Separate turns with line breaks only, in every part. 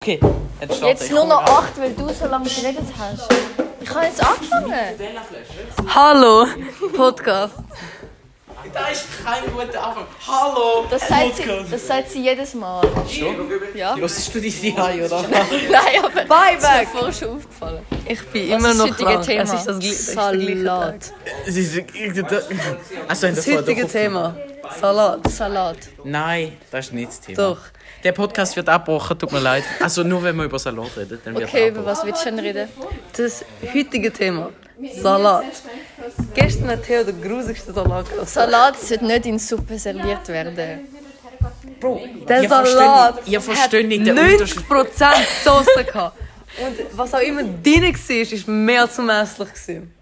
Okay, jetzt starte
Jetzt
ich.
nur noch
Komm,
8, weil du so lange geredet hast. Ich habe jetzt angefangen.
Della Flasche.
Hallo, Podcast.
Da ist kein guter Anfang. Hallo!
Das sagt sie, das sagt sie jedes Mal. Ja.
Hörst du dich rein, oder?
Nein, aber das ist mir vorher schon aufgefallen.
Ich bin
Was
immer
ist das
noch
heutige
krank.
Thema?
Es ist das, gli- es ist der gleiche Tag.
Salat.
Es ist Also in der
Das heutige Thema. Salat.
Salat.
Nein, das ist nicht das Thema.
Doch.
Der Podcast wird abgebrochen, tut mir leid. Also nur wenn wir über Salat reden, dann wird
Okay,
er
über
abgebrochen.
was willst du denn reden?
Das heutige Thema. Salat. Gestern hat Theo den grusigsten Salat gegessen.
Salat sollte nicht in Suppe serviert werden.
Bro,
Der
ihr
Salat
versteht nicht, ihr versteht nicht den Unterschied.
90% Soße gehabt. Und was auch immer drin war, ist mehr als umässlich. gewesen.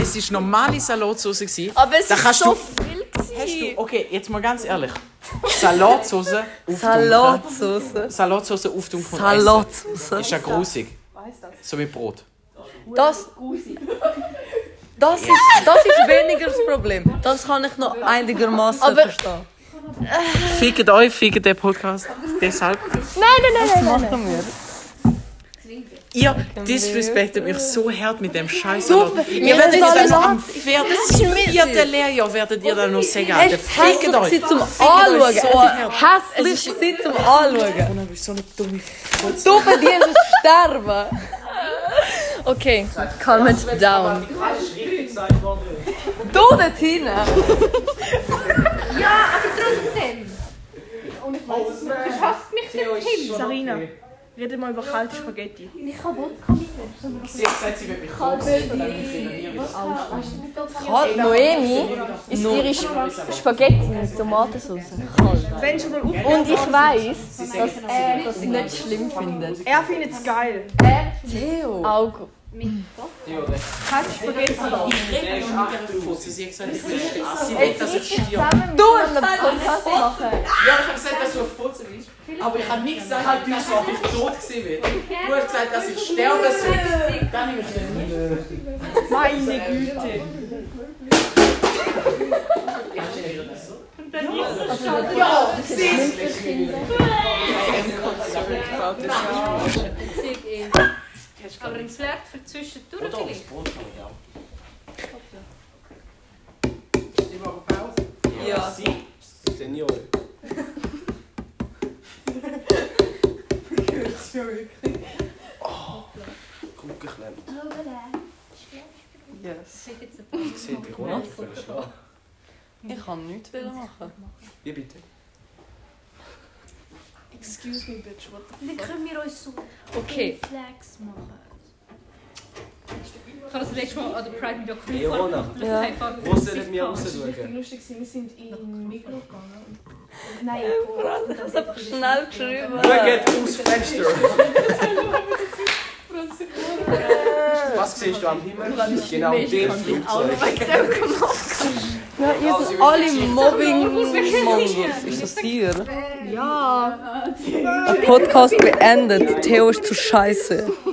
Es war normale Salatsauce. gewesen.
Aber es
Da
ist
kannst
so
du-
viel.
Hast du, okay, jetzt mal ganz ehrlich. Salatsauce auftunken.
Salatsauce.
Salatsauce auftunken und essen. Ist
Salatsauce.
ja grusig. So wie Brot.
Das. Das ist, das ist weniger das Problem. Das kann ich noch einigermaßen
Aber-
verstehen.
Fickt euch, fickt den Podcast. Deshalb.
Nein, nein, nein, nein. nein.
Machen wir.
Ihr disrespektet mich so hart mit dem Scheiß.
Super.
Ihr
Ja,
werdet
das
das
Salat.
am vierten,
ist
vierten Lehrjahr werdet ihr dann noch sagen.
Es
Der Also,
ist
Fickt
hässlich
euch.
zum
euch
Anschauen.
so
Es ist hässlich zum Anschauen.
Ich bin so eine dumme Fotze.
Du verdienst es sterben.
Okay, calm it down.
Du dort hinten.
Trotzdem! Und ich weiß es nicht. Du schaffst mich nicht hin.
Sarina, reden mal über kalte Spaghetti.
Ich kann Wodka
Sie hat gesagt, sie wird mich kotzen.
Kalt. Noemi ist ihre Sp- Spaghetti mit Tomatensauce. Kalt.
Wenn schon uh, mal auf.
Und ich weiß, dass er das nicht schlimm findet.
Er findet es geil.
Theo. Auge.
Kalte Spaghetti.
Sie hat gesagt, ich bin Sie will, dass ich stirb.
Du einen Podcast machen.
Ja, ich habe gesagt, dass du ein Fotze bist. Aber ich habe nicht gesagt, dass du ich tot gewesen bin. Du hast gesagt, dass ich sterben soll. Dann nehme ich den nicht.
Meine Güte.
Ja, siehst du.
Aber ein Flirt für zwischendurch vielleicht.
Ja. Yes. Ich kann nichts machen.
Excuse me, bitch. What the
Dann können wir uns so
Okay.
Flags machen. Ich habe das letzte Mal an der Pride mit der Crew
Ja.
Wo sollen wir rausschauen?
lustig sein, wir sind in Mikro gegangen.
Nein,
Das ist einfach schnell geschrieben.
Schaut aus Fenster! Was siehst du am Himmel? Genau den Flugzeug. Also,
Ja, ihr seid alle Mobbing-Mongos. Ist das hier? Ja. Podcast beendet. Theo ist zu scheiße.